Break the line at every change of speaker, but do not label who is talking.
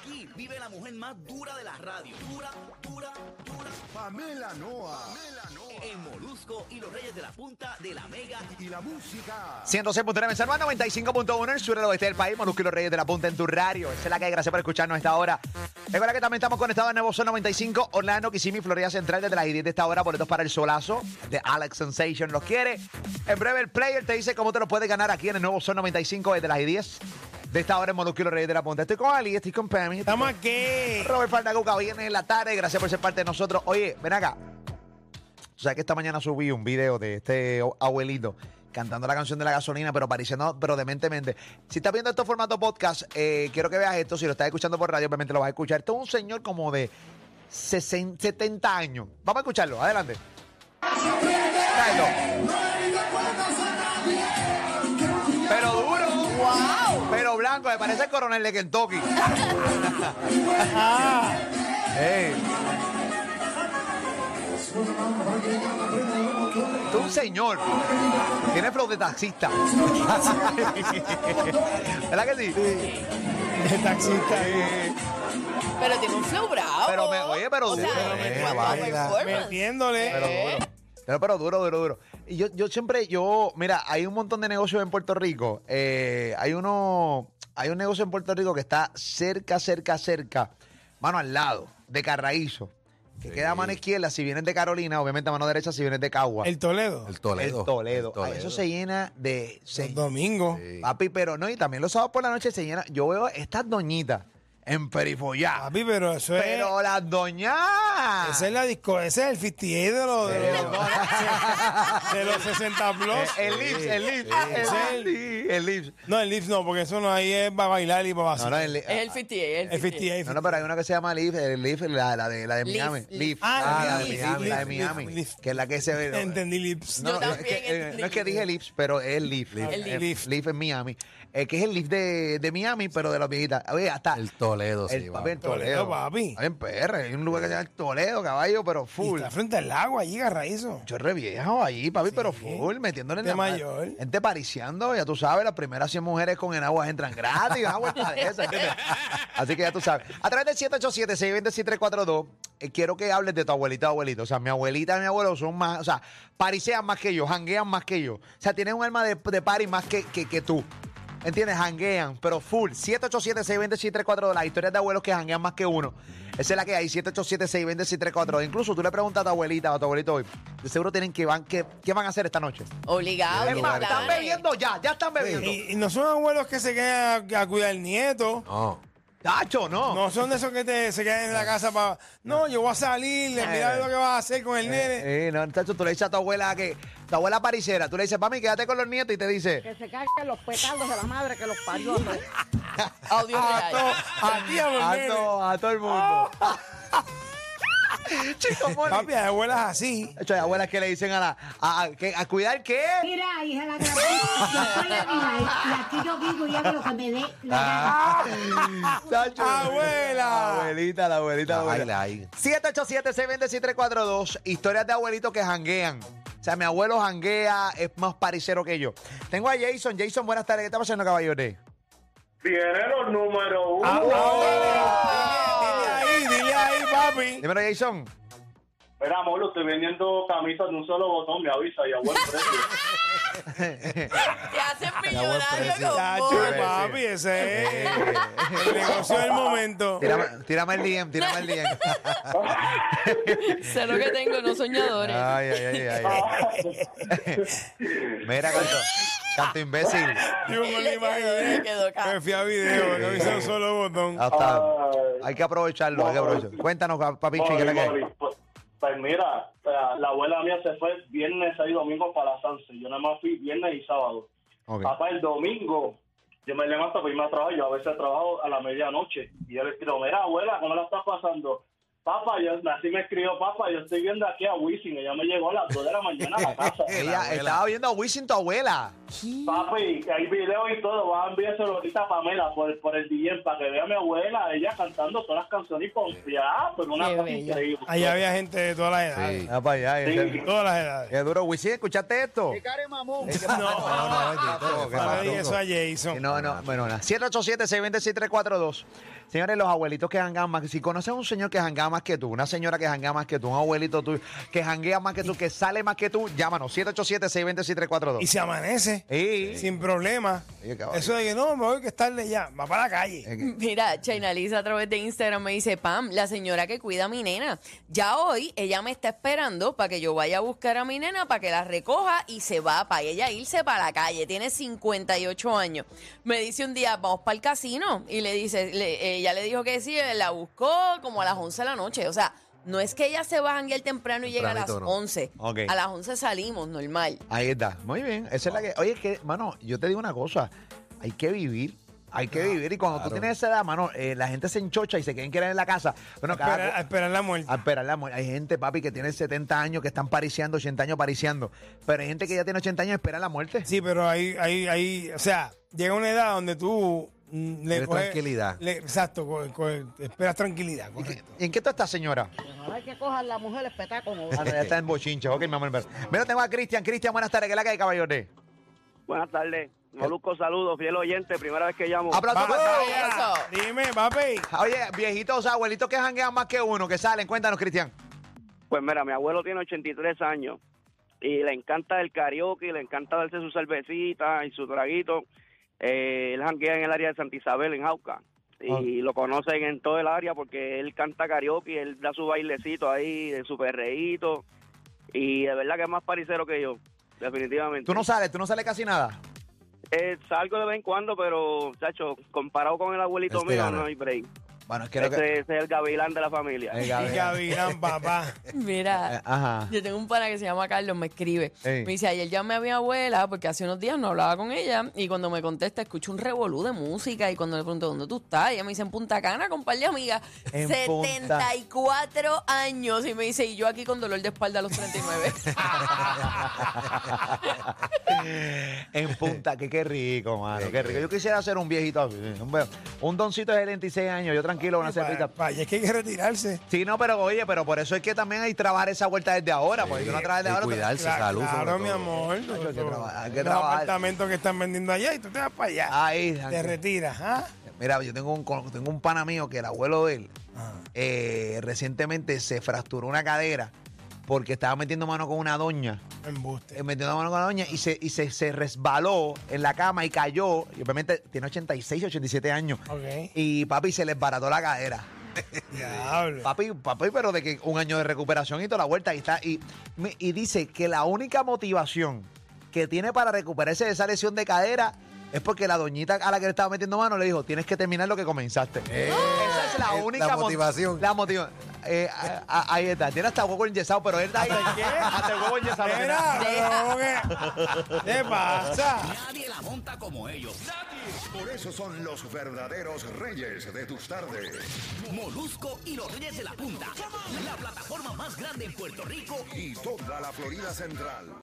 Aquí vive la mujer más dura de la radio. Dura, dura, dura.
Pamela Noa.
En Molusco y los Reyes de la Punta de la Mega.
Y la música.
106.9 en San Juan, 95.1 en el sur del oeste del país. Molusco y los Reyes de la Punta en tu radio. Esa es la que hay. Gracias por escucharnos a esta hora. Recuerda que también estamos conectados en Nuevo Sol 95, Orlando, Kissimmee, Florida Central, desde las 10 de esta hora. Boletos para el solazo de Alex Sensation. ¿Los quiere? En breve el player te dice cómo te lo puedes ganar aquí en el Nuevo Sol 95 desde las 10 de esta hora en Molusco y los Reyes de la Punta. Estoy con Ali, estoy con Pammy. estoy
Estamos aquí.
Robert Farnacuca, hoy en la tarde, gracias por ser parte de nosotros. Oye, ven acá. O sea que esta mañana subí un video de este o- abuelito cantando la canción de la gasolina, pero pareciendo, pero dementemente. Si estás viendo esto en formato podcast, eh, quiero que veas esto. Si lo estás escuchando por radio, obviamente lo vas a escuchar. Esto es un señor como de 60, 70 años. Vamos a escucharlo, adelante. Tráelo. Pero duro. ¡Wow! Pero blanco, me parece el coronel de Kentucky.
Ah,
Ey. Tú un señor. Tiene flow de taxista. ¿Verdad que sí?
de taxista.
Pero tiene un flow bravo.
Pero me- oye, pero
o sea,
duro, eh,
en cuanto a
baila.
performance.
Metiéndole.
Pero duro. Pero, pero duro, duro, duro. Y yo, yo siempre, yo, mira, hay un montón de negocios en Puerto Rico. Eh, hay uno, hay un negocio en Puerto Rico que está cerca, cerca, cerca, mano al lado, de Carraízo. Que queda a mano izquierda si vienes de Carolina, obviamente a mano derecha si vienes de Cagua.
El Toledo.
El
El
Toledo.
Toledo.
El Toledo.
Eso se llena de. se-
Los domingos.
Sí.
Papi, pero no, y también los sábados por la noche se llena. Yo veo estas doñitas en perifollá.
Papi, pero eso es.
Pero ah. las doñas.
Esa es la disco, ese es el 58 de los, de los, de los 60 plus.
Eh, El lips, el lips, el lips, el lips.
No, el Ah, lips no, porque eso no ahí es para bailar y para
No,
vacilar.
no, el,
Es el 58. es
el
El 58.
58.
no, no, pero hay una que se llama Leaf, el Leaf, la, la de, la de
Leaf,
Miami.
Leaf.
Leaf.
Ah,
la de
Leaf,
Miami, la de
Leaf,
Miami.
Leaf, Leaf.
Que es la que se ve.
Entendí lips.
No,
Yo
no, es
también
que, eh,
entendí.
no es que dije Lips, pero es Leaf.
Leaf.
El
Eh,
Leaf.
Leaf en Miami. Eh, que es el Leaf de, de Miami, pero de las viejitas. Oye, hasta
El Toledo, sí,
El, papi, el
va.
Toledo.
Toledo, papi.
Hay en PR, hay un lugar que se llama el Toledo, caballo, pero
Y
full.
está frente al agua, allí, garraízo.
Yo re viejo allí, papi, pero full, metiéndole en
De
la ma-
mayor.
Gente pariciando, ya tú sabes, las primeras 100 mujeres con enaguas entran gratis, una vuelta de esa, ¿entiendes? Así que ya tú sabes. A través del 787-620-6342, eh, quiero que hables de tu abuelita o abuelito. O sea, mi abuelita y mi abuelo son más, o sea, parisean más que yo, janguean más que yo. O sea, tienen un alma de, de party más que, que, que tú. ¿Entiendes? Hanguean, pero full. 787-620-6342. Las historias de abuelos que hanguean más que uno. Esa es la que hay. 787-620-6342. Incluso tú le preguntas a tu abuelita o a tu abuelito hoy. De seguro tienen que van, que, ¿qué van a hacer esta noche?
Obligado.
Es
que
más, están
planes.
bebiendo ya, ya están bebiendo.
Y, y no son abuelos que se quedan a, a cuidar nietos.
No.
Tacho, no.
No son de esos que te, se quedan en la casa para. No, yo voy a salir, le mira lo que vas a hacer con el nene.
Eh, no, tacho, tú le dices a tu abuela que, tu abuela parisera, tú le dices, mami, quédate con los nietos y te dice,
Que se caguen los petardos de la madre que los parió. ¿no?
Audio
A,
real.
to- a ti, a los
a,
nenes. Ah.
to- a todo el mundo. Chicos,
Papi, hay abuelas así.
De hecho, hay abuelas que le dicen a la, a, a- que- a cuidar qué.
Mira, hija, la gran puta, yo soy la hija, y aquí yo vivo y hago lo que me dé la gana.
Tacho.
Abuela.
Abuelita, la abuelita, la
La hay,
abuela.
la hay.
787-620-6342. Historias de abuelitos que janguean. O sea, mi abuelo janguea, es más paricero que yo. Tengo a Jason. Jason, buenas tardes. ¿Qué está pasando, caballote?
Viene los número uno.
Ah, ah, Dile dile ahí, dile ahí, papi.
Dímelo, Jason.
Mira, amor, lo estoy vendiendo camisas de un solo botón, me avisa y a buen precio.
Te hacen millonario
precio.
Ya,
con
che,
vos.
papi, ese es el negocio del momento.
Tírame, tírame el DM, tírame el DM.
Sé lo que tengo, no soñadores.
Ay, ay, ay, ay. ay. Mira, canto. Canto imbécil.
Yo me lo
Le quedó,
imaginé.
le quedó ca-
Me fui a video, no hice un solo botón.
Hasta. Hay que aprovecharlo, hay que aprovecharlo. Cuéntanos, papi, ¿qué es la que hay?
Mami, mami, pues, pues mira, o sea, la abuela mía se fue viernes y domingo para Sanse. Yo nada más fui viernes y sábado.
Ok.
Papá, el domingo, yo me levanto para irme a trabajar. Yo a veces trabajo a la medianoche. Y yo le digo, mira, abuela, ¿cómo la estás pasando? Papá, yo, así me escribió papá, yo estoy viendo aquí a Wisin, ella me llegó a las 2 de la mañana a la casa.
Ella
abuela.
estaba viendo a Wisin, tu abuela.
Papi, hay video y todo, vas a enviárselo ahorita a Pamela por, por el DM para que vea a mi abuela, ella cantando todas las canciones y confiada, pero una
Qué
cosa
bella.
increíble.
Ahí había gente de todas las edades.
Ah, para allá.
Sí.
ese-
Todas las edades.
Qué duro, Wisin, ¿escuchaste esto?
mamón!
No, no, no.
Paco, qué
Para
paco.
eso a Jason.
No, no, bueno, nada. 787-626-342. Señores, los abuelitos que jangan más. Si conoces a un señor que janguea más que tú, una señora que janguea más que tú, un abuelito tuyo que janguea más que tú, que sale más que tú, llámanos.
Y
787-626-342.
se amanece.
Sí.
Sin problema.
Oye, caballo.
Eso de que no, me voy que es tarde ya. Va para la calle.
Eh,
Mira, China Lisa a través de Instagram me dice, Pam, la señora que cuida a mi nena, ya hoy ella me está esperando para que yo vaya a buscar a mi nena, para que la recoja y se va, para ella irse para la calle. Tiene 58 años. Me dice un día, vamos para el casino. Y le dice, le- ella le dijo que sí, la buscó como a las 11 de la noche. O sea, no es que ella se va a janguear temprano y llega a las
Tempranito, ¿no?
11.
Ok.
A las 11 salimos, normal.
Ahí está. Muy bien. Esa es la que. Oye, es que, mano, yo te digo una cosa. Hay que vivir. Hay que vivir. Y cuando tú tienes esa edad, mano, eh, la gente se enchocha y se quieren quedar en la casa. Bueno, cada
Espera-
cu-
a esperar la muerte.
A esperar la muerte. Hay gente, papi, que tiene 70 años, que están pariciando, 80 años pariciando. Pero hay gente que ya tiene 80 años y espera la muerte.
Sí, pero ahí, ahí, ahí, o sea, llega una edad donde tú mm, le
Quieres tranquilidad.
le- exacto, co- co- esperas tranquilidad. correcto.
¿En qué está esta señora?
Ojalá que cojan la mujer espectáculo.
Ah, no, ya está en bochincha. Ok, mi amor. pero- Mira, tengo a Cristian. Cristian, buenas tardes. ¿Qué es la que hay, caballote?
Buenas tardes. Molusco, saludos, fiel oyente, primera vez que llamo.
Aplausos
Vamos,
para
allá.
eso.
Dime, papi.
Oye, viejitos, abuelitos que janguean más que uno, que salen. Cuéntanos, Cristian.
Pues mira, mi abuelo tiene 83 años y le encanta el karaoke, le encanta darse su cervecita y su traguito. Eh, él janguea en el área de Santa Isabel, en Jauca. Y
Ah.
lo conocen en todo el área porque él canta karaoke, él da su bailecito ahí, de su perreíto. Y de verdad que es más paricero que yo, definitivamente.
Tú no sales, tú no sales casi nada.
Eh, salgo de vez en cuando, pero, chacho, comparado con el abuelito
Él te
mío,
gana.
no hay break.
Bueno, quiero que.
Este-
Ese- ese es el gavilán de la familia.
Eh, Gabriel.
Gavilán, papá.
Mira.
Eh, Ajá.
Yo tengo un pana que se llama Carlos, me escribe.
Ey.
Me dice, ayer llamé a mi abuela porque hace unos días no hablaba con ella y cuando me contesta escucho un revolú de música y cuando le pregunto, ¿dónde tú estás? Ella me dice, en Punta Cana, con par de amigas.
En
74 años. Y me dice, y yo aquí con dolor de espalda a los 39.
en punta, que qué rico, mano. Qué rico. Yo quisiera ser un viejito así. Un, ve- un doncito de 26 años, yo tranquilo, una cerrita.
Pa- pa- y es que hay que retirarse.
Sí, no, pero oye, pero por eso es que también hay que trabajar esa vuelta desde ahora, porque yo no trabajo desde
y
ahora.
cuidarse, salud. sobre
claro,
todo.
mi amor.
hay que
Los-
trabajar, hay que
los
trabajar.
apartamentos que están vendiendo allá y tú te vas para allá.
Ahí,
te retiras, ¿ah?
Mira, yo tengo un, con- tengo un pana mío que el abuelo de él eh, recientemente se fracturó una cadera porque estaba metiendo mano con una doña.
Embuste.
eh, metiendo mano con la doña y, se, y se, se resbaló en la cama y cayó. Y obviamente tiene 86, 87 años.
Ok.
Y papi se les barató la cadera.
Diablo.
Papi, papi, pero de que un año de recuperación y toda la vuelta y está. Y, me- y dice que la única motivación que tiene para recuperarse de esa lesión de cadera es porque la doñita a la que le estaba metiendo mano le dijo, tienes que terminar lo que comenzaste. Esa es Eh, la
Es
única
la
mo-
motivación.
La motivación. Eh, a- a- ahí está. Tiene hasta huevo enyesado, pero él está ahí.
¿Hasta qué?
Hasta el huevo enyesado. lo tiene.
Mira, pero ¿cómo que- ¿Qué pasa?
Nadie la monta como ellos.
Por eso son los verdaderos reyes de tus tardes.
Molusco y los Reyes de la Punta. La plataforma más grande en Puerto Rico
Y toda la Florida Central.